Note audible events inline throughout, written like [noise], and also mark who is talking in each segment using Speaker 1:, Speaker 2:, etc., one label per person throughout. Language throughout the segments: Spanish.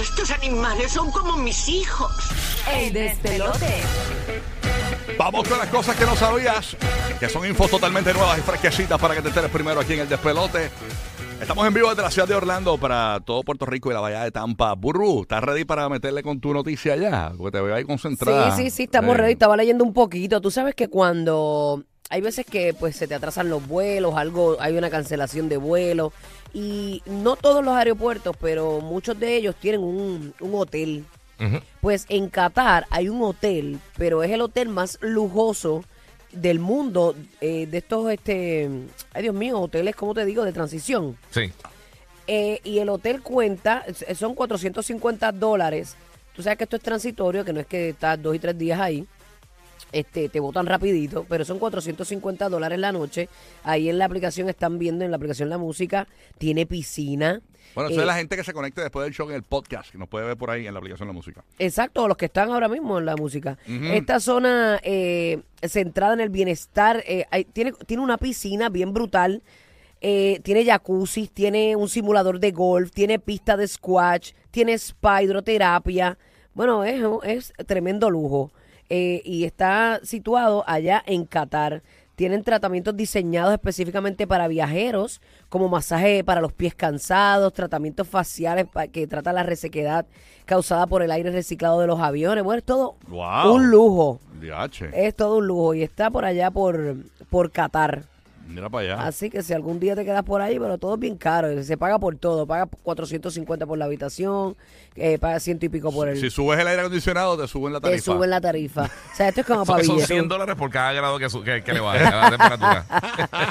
Speaker 1: Estos animales son como mis hijos.
Speaker 2: El despelote.
Speaker 3: Vamos con las cosas que no sabías, que son infos totalmente nuevas y fresquecitas para que te enteres primero aquí en el despelote. Estamos en vivo desde la ciudad de Orlando para todo Puerto Rico y la bahía de Tampa. Burru, ¿estás ready para meterle con tu noticia allá? Porque te veo ahí concentrada.
Speaker 4: Sí, sí, sí, estamos
Speaker 3: Eh,
Speaker 4: ready. Estaba leyendo un poquito. Tú sabes que cuando hay veces que pues se te atrasan los vuelos, algo, hay una cancelación de vuelos. Y no todos los aeropuertos, pero muchos de ellos tienen un, un hotel. Pues en Qatar hay un hotel, pero es el hotel más lujoso del mundo eh, de estos, este, ay Dios mío, hoteles, ¿cómo te digo? De transición.
Speaker 5: Sí.
Speaker 4: Eh, y el hotel cuenta, eh, son 450 dólares. Tú sabes que esto es transitorio, que no es que estás dos y tres días ahí. Este, te votan rapidito, pero son 450 dólares la noche. Ahí en la aplicación están viendo, en la aplicación la música, tiene piscina.
Speaker 3: Bueno, eso es
Speaker 4: Eh,
Speaker 3: la gente que se conecte después del show en el podcast, que nos puede ver por ahí en la aplicación de la música.
Speaker 4: Exacto, los que están ahora mismo en la música. Esta zona eh, centrada en el bienestar eh, hay- tiene, tiene una piscina bien brutal, eh, tiene jacuzzi, tiene un simulador de golf, tiene pista de squash, tiene spa, hidroterapia. Bueno, es, un- es tremendo lujo. Eh, y está situado allá en Qatar. Tienen tratamientos diseñados específicamente para viajeros, como masaje para los pies cansados, tratamientos faciales pa- que tratan la resequedad causada por el aire reciclado de los aviones. Bueno, es todo
Speaker 3: Wow.
Speaker 4: un lujo.
Speaker 3: Diache,
Speaker 4: Es todo un lujo y está por allá por, por Qatar.
Speaker 3: mira para allá.
Speaker 4: Así que si algún día te quedas por ahí, pero todo es bien caro. Se paga por todo. Paga 450 por la habitación, eh, paga ciento y pico por el...
Speaker 3: Si subes el aire acondicionado, te suben la
Speaker 4: te
Speaker 3: tarifa.
Speaker 4: suben la tarifa. O sea, esto es
Speaker 3: [laughs]
Speaker 4: como
Speaker 5: Son, son
Speaker 4: pabellón.
Speaker 5: 100 dólares por cada grado que, su- que, que le baje a la temperatura.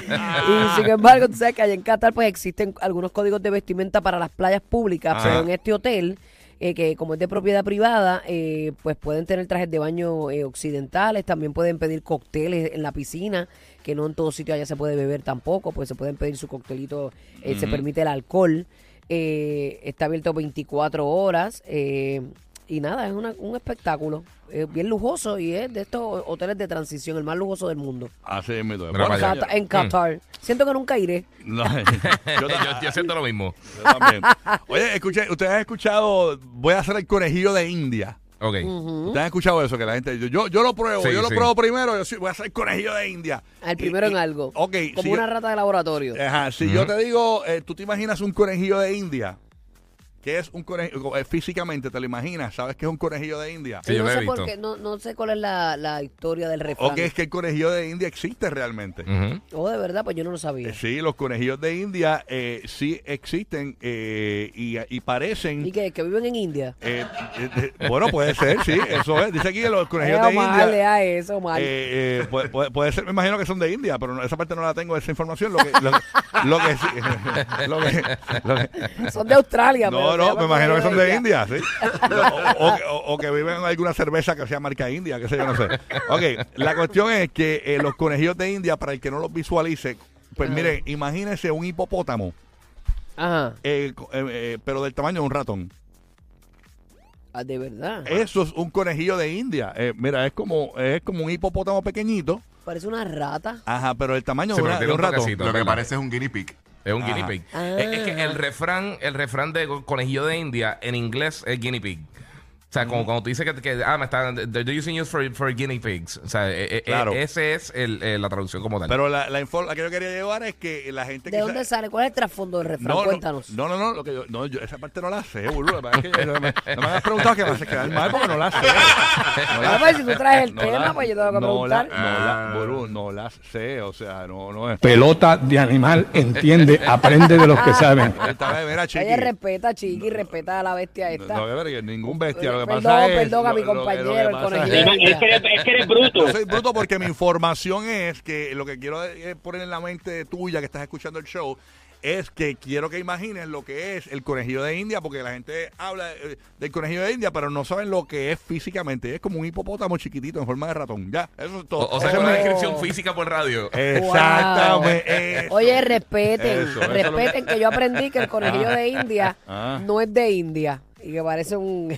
Speaker 4: Y sin embargo, tú sabes que allá en Qatar pues existen algunos códigos de vestimenta para las playas públicas,
Speaker 3: Ajá.
Speaker 4: pero en este hotel, eh, que como es de propiedad privada, eh, pues pueden tener trajes de baño eh, occidentales, también pueden pedir cócteles en la piscina, que no en todo sitio allá se puede beber tampoco, pues se pueden pedir su coctelito, eh, se permite el alcohol, eh, está abierto 24 horas. eh, y nada, es una- un espectáculo eh, bien lujoso y es de estos hoteles de transición, el más lujoso del mundo.
Speaker 3: [laughs] Así es, mi dueño.
Speaker 5: Mira para allá.
Speaker 4: Cata-
Speaker 3: Mm.
Speaker 4: en Qatar. Siento que nunca iré.
Speaker 3: No, [laughs]
Speaker 5: yo,
Speaker 3: yo ta-
Speaker 5: yo siento lo mismo.
Speaker 3: yo también. Oye, escuché, ustedes han escuchado, voy a hacer el conejillo de India.
Speaker 5: Ok.
Speaker 3: ¿Ustedes han escuchado eso? Que la gente, yo, yo, yo lo pruebo,
Speaker 5: Sí,
Speaker 3: yo lo
Speaker 5: sí.
Speaker 3: pruebo primero, yo sí, voy a hacer conejillo de India.
Speaker 4: Al
Speaker 3: Y-
Speaker 4: primero
Speaker 3: y-
Speaker 4: en algo.
Speaker 3: Ok.
Speaker 4: Como
Speaker 3: si yo- Eh,
Speaker 4: una rata de laboratorio.
Speaker 3: Ajá, si yo te digo, eh, tú te imaginas un conejillo de India, que es un conejillo, eh, físicamente te lo imaginas, sabes que es un conejillo de India.
Speaker 5: Sí, yo
Speaker 4: no,
Speaker 5: lo he
Speaker 4: sé por
Speaker 5: visto.
Speaker 4: qué- no, no sé cuál es la, la historia del refrán.
Speaker 3: O que es que el conejillo de India existe realmente.
Speaker 5: Ujú.
Speaker 4: Oh, de verdad, pues yo no lo sabía.
Speaker 3: Eh, Sí, los conejillos de India eh, sí existen eh, y, y parecen...
Speaker 4: ¿Y que, que viven en India?
Speaker 3: eh, eh, eh, bueno, puede ser, sí, eso es. Dice aquí que los
Speaker 4: Eh,
Speaker 3: conejillos de
Speaker 4: mal,
Speaker 3: India...
Speaker 4: lea eso, mal.
Speaker 3: eh, eh, puede, puede- puede ser, me imagino que son de India, pero no- esa parte no la tengo, esa información. Lo que, lo, lo que, sí- [laughs] lo que- lo
Speaker 4: [laughs]
Speaker 3: que-
Speaker 4: son de Australia.
Speaker 3: No,
Speaker 4: pero se
Speaker 3: no,
Speaker 4: llaman
Speaker 3: me imagino que son de
Speaker 4: India.
Speaker 3: India, sí. O, o- o- o que viven alguna cerveza que sea marca India, que sé yo, no sé. Ok, la cuestión es que eh, los conejillos de India, para el que no los visualice, pues miren, imagínense un hipopótamo,
Speaker 4: Ajá,
Speaker 3: eh, co- eh, eh, pero del tamaño de un ratón.
Speaker 4: ah, de verdad.
Speaker 3: Eso es un conejillo de India. Eh, mira, es como, es como un hipopótamo pequeñito,
Speaker 4: Parece una rata.
Speaker 3: ajá, pero del tamaño
Speaker 5: Sí,
Speaker 3: de,
Speaker 5: pero
Speaker 3: una-
Speaker 5: tiene
Speaker 3: de un
Speaker 5: un
Speaker 3: ratón.
Speaker 5: toquecito.
Speaker 6: Lo que
Speaker 5: ¿verdad?
Speaker 6: parece es un guinea pig.
Speaker 5: Es un
Speaker 3: Ajá.
Speaker 5: guinea pig.
Speaker 4: Ah.
Speaker 5: Es, es que el refrán, el refrán de co- conejillo de India en inglés es guinea pig. O sea, como cuando tú dices que, que, ah, me están, they're using you for, for guinea pigs. O sea, e- e-
Speaker 3: Claro.
Speaker 5: e- ese es el, eh, la traducción como tal.
Speaker 3: Pero la, la, info- la que yo quería llevar es que la gente
Speaker 4: ¿De
Speaker 3: quizá-
Speaker 4: dónde sale? ¿Cuál es el trasfondo del refrán?
Speaker 3: No,
Speaker 4: Cuéntanos.
Speaker 3: No, no, no, lo que yo, no yo esa parte no la sé, burro. la verdad es que yo- no me, no me hagas preguntar que me haces quedar mal porque no la sé.
Speaker 4: [laughs]
Speaker 3: No
Speaker 4: Ah, pues, si tú traes el tema,
Speaker 3: la-
Speaker 4: pues yo tengo que
Speaker 3: no la,
Speaker 4: preguntar.
Speaker 3: no la, burro, no la sé, o sea, no, no es.
Speaker 7: pelota de animal, entiende, aprende de los que saben.
Speaker 3: Esta vez, mira, chiqui.
Speaker 4: Oye, respeta, chiqui, respeta a la bestia esta.
Speaker 3: No, que ver, que ningún bestia. Lo que
Speaker 4: Perdón,
Speaker 3: pasa es.
Speaker 4: perdón a
Speaker 3: lo-
Speaker 4: mi
Speaker 3: lo que- lo que
Speaker 4: compañero, el
Speaker 3: pasa
Speaker 4: conejillo.
Speaker 3: es-
Speaker 4: Ima-
Speaker 8: Es que, eres, es que eres bruto.
Speaker 3: Yo soy bruto porque mi información es que lo que quiero eh, poner en la mente tuya que estás escuchando el show es que quiero que imagines lo que es el conejillo de India, porque la gente habla eh, del conejillo de India, pero no saben lo que es físicamente. Es como un hipopótamo chiquitito en forma de ratón. Ya, eso es todo.
Speaker 5: o, o sea,
Speaker 3: Esa
Speaker 5: con una
Speaker 3: es mi-
Speaker 5: descripción física por radio.
Speaker 3: Eh, Exactamente. eso.
Speaker 4: Oye, respeten,
Speaker 3: Eso, eso es lo que- [laughs]
Speaker 4: respeten que yo aprendí que el conejillo de India
Speaker 3: Ah.
Speaker 4: no es de India y que parece un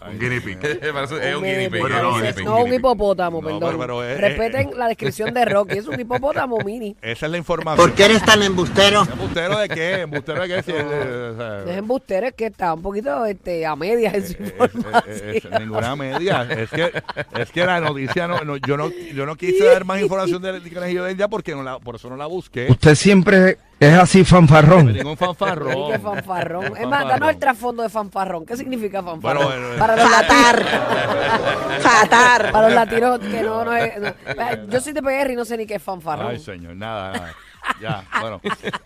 Speaker 3: Un guinea pig.
Speaker 5: [laughs] Parece- es un
Speaker 4: Un
Speaker 5: guinea pig,
Speaker 4: mini,
Speaker 5: es
Speaker 3: no,
Speaker 5: un
Speaker 4: no,
Speaker 5: guinea
Speaker 3: es
Speaker 5: pig.
Speaker 3: un
Speaker 4: un
Speaker 3: guinea pig.
Speaker 4: hipopótamo,
Speaker 3: No,
Speaker 4: perdón.
Speaker 3: pero- pero es-
Speaker 4: Respeten
Speaker 3: es-
Speaker 4: la descripción de Rocky, es un
Speaker 3: [laughs]
Speaker 4: hipopótamo mini.
Speaker 3: Esa es la información.
Speaker 1: ¿Por qué eres tan embustero?
Speaker 3: ¿Embustero de qué? ¿Embustero de qué? Si, eh, eh, o sea,
Speaker 4: Los embusteros que está un poquito este, a medias [laughs] en su
Speaker 3: eh, eh, eh, eh,
Speaker 4: información.
Speaker 3: ninguna media. Es que, es que la noticia no, no- yo no, yo no quise dar más información del de Conejillo de India porque no la, por eso no la busqué.
Speaker 6: Usted siempre es así fanfarrón.
Speaker 3: Ningún
Speaker 4: Ay, [laughs]
Speaker 3: fanfarrón.
Speaker 4: qué fanfarrón. Es más,
Speaker 3: Fanfarrón.
Speaker 4: danos el trasfondo de fanfarrón. ¿Qué significa fanfarrón?
Speaker 3: Bueno, bueno,
Speaker 4: Para los
Speaker 3: [laughs]
Speaker 1: Fatar. Fatar.
Speaker 4: Para los latinos que no, no es. no. eh, Yo soy de PR y no sé ni qué es fanfarrón.
Speaker 3: Ay, señor, nada, nada. Ya, bueno.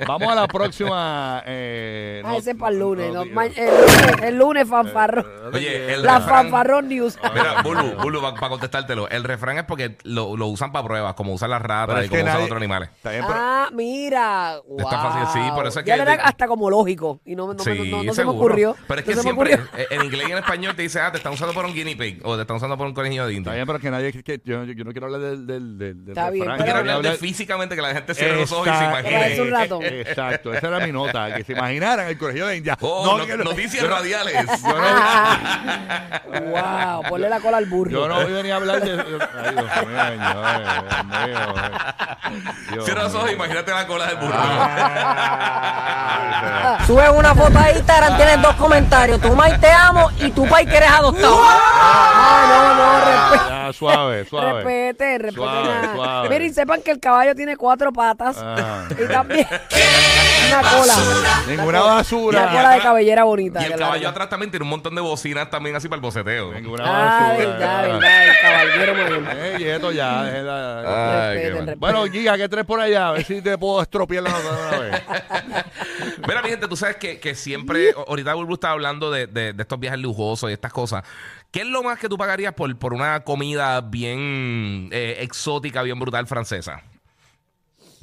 Speaker 3: Vamos a la próxima. Eh,
Speaker 4: Ah,
Speaker 3: no-
Speaker 4: ese es para el
Speaker 3: no-
Speaker 4: lunes.
Speaker 3: no-
Speaker 4: no, ma- eh. el, lunes el lunes fanfarrón.
Speaker 5: eh, Oye, el
Speaker 4: La
Speaker 5: refrán-
Speaker 4: fanfarrón
Speaker 5: eh,
Speaker 4: news.
Speaker 5: Mira, Bulu, Bulu, para contestártelo, el refrán es porque lo, lo usan para pruebas, como usan las
Speaker 3: Pero
Speaker 5: ratas
Speaker 3: es que
Speaker 5: y como usan
Speaker 3: nadie-
Speaker 5: otros animales.
Speaker 3: Está bien, pero-
Speaker 4: Ah, mira. Wow.
Speaker 5: Está fácil, sí, por eso es
Speaker 4: ya
Speaker 5: que-
Speaker 4: era hasta como lógico. Y no, no, no- no- no se me
Speaker 5: seguro.
Speaker 4: ocurrió.
Speaker 5: Pero es
Speaker 4: No se
Speaker 5: que
Speaker 4: me
Speaker 5: siempre,
Speaker 4: ocurrió. [laughs]
Speaker 5: eh, en inglés y en español te dice, ah, te están usando por un guinea pig o te están usando por un conejillo de
Speaker 3: Está
Speaker 5: india.
Speaker 3: bien, pero que nadie. que- yo, yo- yo no quiero hablar del. del, del, del
Speaker 4: Está bien, pero-
Speaker 3: restaurante.
Speaker 5: Quiero
Speaker 3: Quiero
Speaker 5: hablar de
Speaker 3: hablar-
Speaker 5: físicamente que la gente cierre los ojos y se
Speaker 3: Exacto.
Speaker 4: Parece un
Speaker 5: imagine.
Speaker 4: ratón.
Speaker 3: Exacto, esa era mi nota, que se imaginaran el colegio de India.
Speaker 5: Oh, no-
Speaker 3: que
Speaker 5: noticias
Speaker 3: yo no-
Speaker 5: radiales.
Speaker 3: Yo no,
Speaker 4: wow, ponle la cola al burro.
Speaker 3: [laughs] yo no venía a hablar de. Ay, Dios mío, señor, Dios mío. Dios
Speaker 5: Cierra los ojos
Speaker 3: mío.
Speaker 5: e imagínate la cola del burro.
Speaker 3: Ah,
Speaker 2: Sube una foto a Instagram, tienes dos comentarios. Tu mai te amo y tu pai que eres adoptado.
Speaker 4: Ah, no, no, respete.
Speaker 3: ya, suave, suave.
Speaker 4: Respete, respete.
Speaker 3: Suave,
Speaker 4: nada.
Speaker 3: suave.
Speaker 4: Miren, sepan que el caballo tiene cuatro patas
Speaker 3: Ah.
Speaker 4: y también [laughs] una cola.
Speaker 3: Ninguna
Speaker 4: Una
Speaker 3: basura.
Speaker 4: cola de cabellera bonita.
Speaker 5: Y el
Speaker 4: que
Speaker 5: caballo
Speaker 4: larga.
Speaker 5: atrás también tiene un montón de bocinas también así para el boceteo.
Speaker 3: Ninguna
Speaker 4: Ah,
Speaker 3: basura.
Speaker 4: verdad, verdad, el caballero muy bien.
Speaker 3: Ey, esto ya, es la-
Speaker 5: Ay, qué
Speaker 4: Respeten,
Speaker 5: bueno.
Speaker 4: respeten.
Speaker 3: Bueno, Giga, que tres por allá, a ver si te puedo estropear la nota de una vez.
Speaker 5: Mira, mi gente, tú sabes que, que siempre, o- ahorita Bulbu estaba hablando de, de- de estos viajes lujosos y estas cosas. ¿Qué es lo más que tú pagarías por, por una comida bien eh, exótica, bien brutal francesa?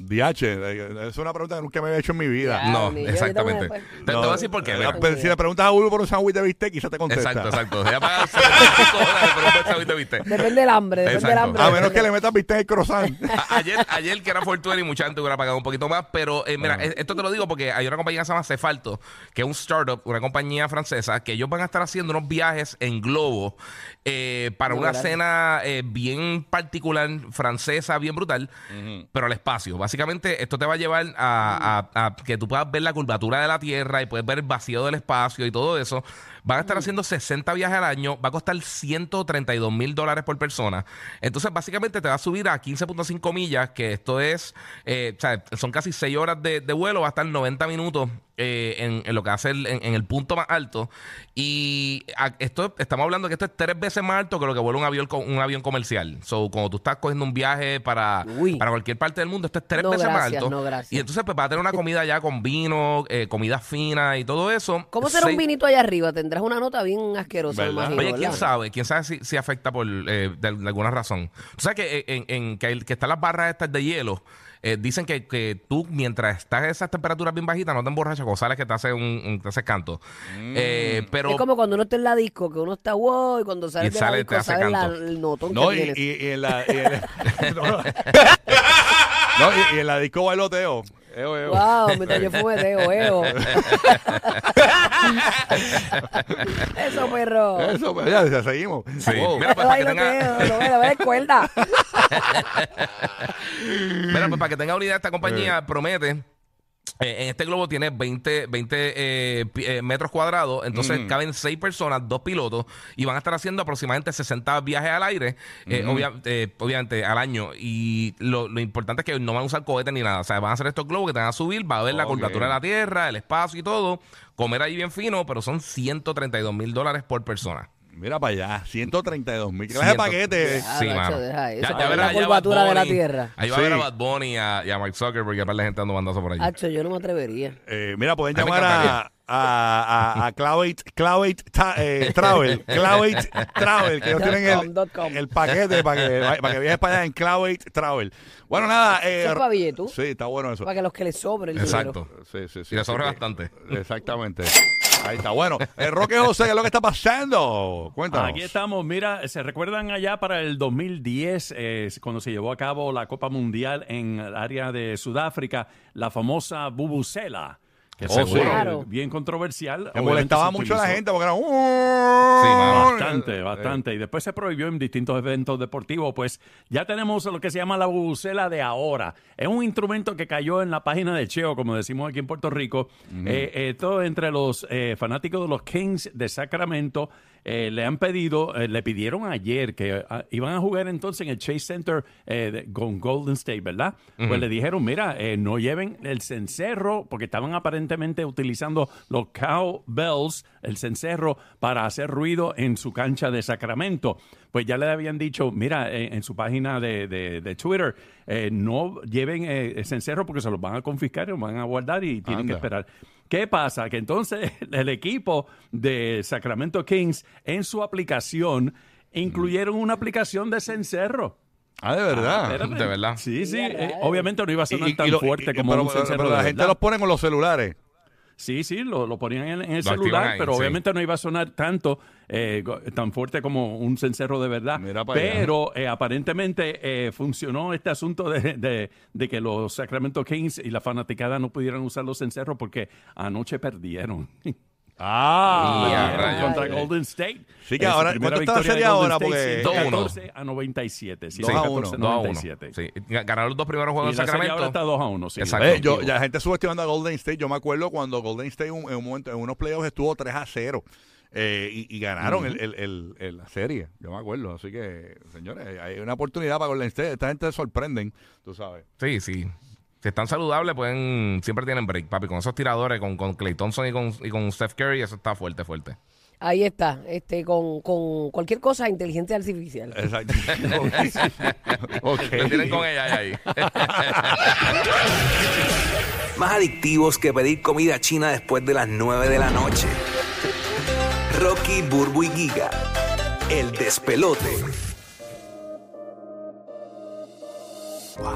Speaker 3: DH, eh, es una pregunta que nunca me había hecho en mi vida.
Speaker 4: Ah,
Speaker 5: no,
Speaker 4: ni yo, yo
Speaker 5: exactamente.
Speaker 4: tampoco
Speaker 5: Te,
Speaker 4: después.
Speaker 5: te voy a decir por qué.
Speaker 3: Eh,
Speaker 5: mira.
Speaker 3: pero si le preguntas a uno por un sándwich de bistec, quizás te contesta.
Speaker 5: Exacto, exacto. Ella paga 75 dólares por un buen sándwich de bistec.
Speaker 4: Depende del hambre, depende
Speaker 5: Exacto.
Speaker 4: del hambre.
Speaker 3: A Ah, menos que le metas bistec en el croissant.
Speaker 5: A- ayer, ayer que era Fortune y mucha gente hubiera pagado un poquito más, pero eh, mira, eh, esto te lo digo porque hay una compañía que se llama Cefalto, que es un startup, una compañía francesa, que ellos van a estar haciendo unos viajes en globo eh, para una cena eh, bien particular, francesa, bien brutal, pero al espacio. Básicamente, esto te va a llevar a, a- a que tú puedas ver la curvatura de la Tierra y puedes ver el vacío del espacio y todo eso. Van a estar haciendo 60 viajes al año, va a costar 132 mil dólares por persona. Entonces, básicamente te va a subir a 15.5 millas, que esto es, eh, o sea, son casi 6 horas de, de vuelo, va a estar 90 minutos eh, en, en lo que hace el- en, en el punto más alto. Y a- esto estamos hablando que esto es tres veces más alto que lo que vuela un avión, co- un avión comercial. So, cuando tú estás cogiendo un viaje para,
Speaker 4: Uy.
Speaker 5: para cualquier parte del mundo, esto es tres
Speaker 4: No,
Speaker 5: veces más
Speaker 4: gracias,
Speaker 5: alto.
Speaker 4: no, gracias.
Speaker 5: Y entonces, pues va a tener una comida ya con vino, eh, comida fina y todo eso.
Speaker 4: ¿Cómo será un
Speaker 5: Seis-
Speaker 4: vinito allá arriba? Tendrás una nota bien asquerosa, me
Speaker 3: ¿Verdad?
Speaker 4: imagino.
Speaker 5: Oye, quién
Speaker 4: ¿verdad?
Speaker 5: sabe, quién sabe si, si afecta por eh, de, de alguna razón. Tú sabes que eh, en, en- que, el- que están las barras estas de hielo, eh, dicen que, que tú mientras estás a esas temperaturas bien bajitas no te emborrachas, cosa que te hace un, un- te hace canto. Eh, pero
Speaker 4: Es como cuando uno está en la disco, que uno está wow, y cuando sales
Speaker 5: Y
Speaker 4: de
Speaker 5: sale,
Speaker 4: la
Speaker 5: te
Speaker 4: disco
Speaker 5: hace
Speaker 4: sabes la,
Speaker 5: canto.
Speaker 4: el notón
Speaker 3: No,
Speaker 4: que
Speaker 3: y,
Speaker 4: tienes.
Speaker 3: y, y en la. [laughs] Y en
Speaker 4: [laughs]
Speaker 3: la- no, no. No, y, y en la disco bailoteo. Eo, eo.
Speaker 4: Wow, mientras yo fumeteo, eo. Eso, perro.
Speaker 3: Eso, pues, ya, ya seguimos.
Speaker 5: Sí.
Speaker 3: Wow.
Speaker 5: Mira, pues, para que tenga-
Speaker 4: Bailoteo, lo veo, lo veo en cuerda.
Speaker 5: Mira, pues para que tenga una idea, esta compañía promete. eh, en este globo tiene 20, 20 eh, pi- eh, metros cuadrados, entonces caben 6 personas, dos pilotos, y van a estar haciendo aproximadamente 60 viajes al aire, eh, obvia- eh, obviamente al año. Y lo, lo importante es que no van a usar cohetes ni nada, o sea, van a hacer estos globos que te van a subir, va a ver la
Speaker 3: Ok.
Speaker 5: curvatura de la Tierra, el espacio y todo, comer ahí bien fino, pero son 132 mil dólares por persona.
Speaker 3: Mira para allá, 132 mil. Clase de
Speaker 5: Ciento-
Speaker 3: paquete.
Speaker 4: Ya,
Speaker 5: Sí,
Speaker 4: macho,
Speaker 5: mano.
Speaker 4: deja eso,
Speaker 5: Ya- ya
Speaker 4: para ver
Speaker 5: verás
Speaker 4: la
Speaker 5: allá
Speaker 4: curvatura
Speaker 5: Bad
Speaker 4: de la
Speaker 5: Bunny.
Speaker 4: Tierra.
Speaker 5: Ahí va a ver a
Speaker 3: Sí.
Speaker 5: Bad Bunny y a, y a Mark Zuckerberg, que par de gente dando bandazo por allí.
Speaker 4: Hacho, yo no me atrevería.
Speaker 3: Eh, mira, pueden
Speaker 5: A mí me
Speaker 3: llamar a, a, a, a Cloud8 Cloud8 Ta- eh, Travel. Cloud8 Travel, que ellos
Speaker 4: Dot
Speaker 3: tienen
Speaker 4: com, dot com.
Speaker 3: el, el paquete para que, para que viajes para allá en Cloud8 Travel. Bueno, nada. Eh,
Speaker 4: Eso es pa' billetú.
Speaker 3: Sí, está bueno eso.
Speaker 4: Para que los que les sobre el dinero.
Speaker 5: Exacto.
Speaker 3: Sí, sí, sí.
Speaker 5: Y le
Speaker 3: sí,
Speaker 5: sobra
Speaker 3: sí.
Speaker 5: bastante.
Speaker 3: [laughs] Exactamente. Ahí está. [laughs] Bueno, eh, Roque José, ¿qué es lo que está pasando? Cuéntanos.
Speaker 8: Aquí estamos, mira, ¿se recuerdan allá para el 2010, eh, cuando se llevó a cabo la Copa Mundial en el área de Sudáfrica, la famosa Bubucela? que
Speaker 5: Oh,
Speaker 8: seguro,
Speaker 4: claro.
Speaker 8: eh, bien controversial.
Speaker 3: Que
Speaker 8: obviamente
Speaker 3: molestaba
Speaker 8: se
Speaker 3: mucho a la
Speaker 8: utilizó
Speaker 3: gente porque era.
Speaker 8: Bastante, bastante. Y después se prohibió en distintos eventos deportivos. Pues ya tenemos lo que se llama la bubucela de ahora. Es un instrumento que cayó en la página de Cheo, como decimos aquí en Puerto Rico. Eh, eh, todo entre los eh, fanáticos de los Kings de Sacramento. eh, le han pedido, eh, le pidieron ayer que ah, iban a jugar entonces en el Chase Center eh, de- con Golden State, ¿verdad? Pues le dijeron, mira, eh, no lleven el cencerro porque estaban aparentemente utilizando los cowbells, el cencerro, para hacer ruido en su cancha de Sacramento. Pues ya le habían dicho, mira, eh, en su página de, de- de Twitter, eh, no lleven eh, el cencerro porque se los van a confiscar y los van a guardar y tienen que
Speaker 3: Anda.
Speaker 8: esperar. ¿Qué pasa? Que entonces [laughs] el equipo de Sacramento Kings en su aplicación incluyeron una aplicación de cencerro.
Speaker 3: Ah, de
Speaker 8: Ah,
Speaker 3: verdad.
Speaker 8: espérame.
Speaker 5: de verdad.
Speaker 8: Sí, sí. eh, obviamente no iba a sonar
Speaker 3: Y- y-
Speaker 8: tan
Speaker 3: y lo-
Speaker 8: fuerte
Speaker 3: y-
Speaker 8: como
Speaker 3: pero,
Speaker 8: un
Speaker 3: pero-
Speaker 8: cencerro
Speaker 3: pero
Speaker 8: de
Speaker 3: la gente
Speaker 8: verdad.
Speaker 3: los pone con los celulares.
Speaker 8: Sí, sí, lo, lo ponían en, en el
Speaker 5: Lo activan
Speaker 8: celular,
Speaker 5: ahí,
Speaker 8: pero
Speaker 5: sí.
Speaker 8: obviamente no iba a sonar tanto, eh, go- tan fuerte como un cencerro de verdad.
Speaker 3: Mira pa' allá.
Speaker 8: pero eh, aparentemente eh, funcionó este asunto de, de- de que los Sacramento Kings y la fanaticada no pudieran usar los cencerros porque anoche perdieron.
Speaker 5: Y a
Speaker 3: Ah,
Speaker 8: [laughs] Perdieron
Speaker 5: rayos.
Speaker 8: contra Golden State.
Speaker 3: Sí, que
Speaker 8: Eh, su
Speaker 3: ahora-
Speaker 8: primera
Speaker 3: ¿cuánto está la
Speaker 8: victoria de
Speaker 3: serie
Speaker 8: Golden
Speaker 3: ahora?
Speaker 8: State,
Speaker 5: Porque-
Speaker 8: 14 a 97. Sí,
Speaker 3: Dos a uno,
Speaker 8: 14
Speaker 5: 2 a 1.
Speaker 8: 97.
Speaker 5: Sí. Ganaron los dos primeros
Speaker 8: Y
Speaker 5: juegos
Speaker 8: la
Speaker 5: en
Speaker 8: serie ahora está
Speaker 5: Sacramento.
Speaker 8: 2 a 1. Sí,
Speaker 5: Exacto.
Speaker 3: Eh, yo, ya la gente subestimando a Golden State. Yo me acuerdo cuando Golden State un- en, un momento, en unos playoffs estuvo 3 a 0 eh, y, y ganaron el- el- el- el- la serie. Yo me acuerdo. Así que, señores, hay una oportunidad para Golden State. Esta gente se sorprenden, tú
Speaker 5: [laughs]
Speaker 3: sabes.
Speaker 5: Sí, sí. Si están saludables, pueden siempre tienen break, papi. Con esos tiradores, con, con Clay Thompson y con, y con Steph Curry, eso está fuerte, fuerte.
Speaker 4: Ahí está, este, con, con cualquier cosa, inteligencia artificial.
Speaker 3: Exacto. [laughs]
Speaker 5: Lo tienen con ella ahí.
Speaker 9: Más adictivos que pedir comida china después de las 9 de la noche. Rocky, Burbu y Giga. El despelote.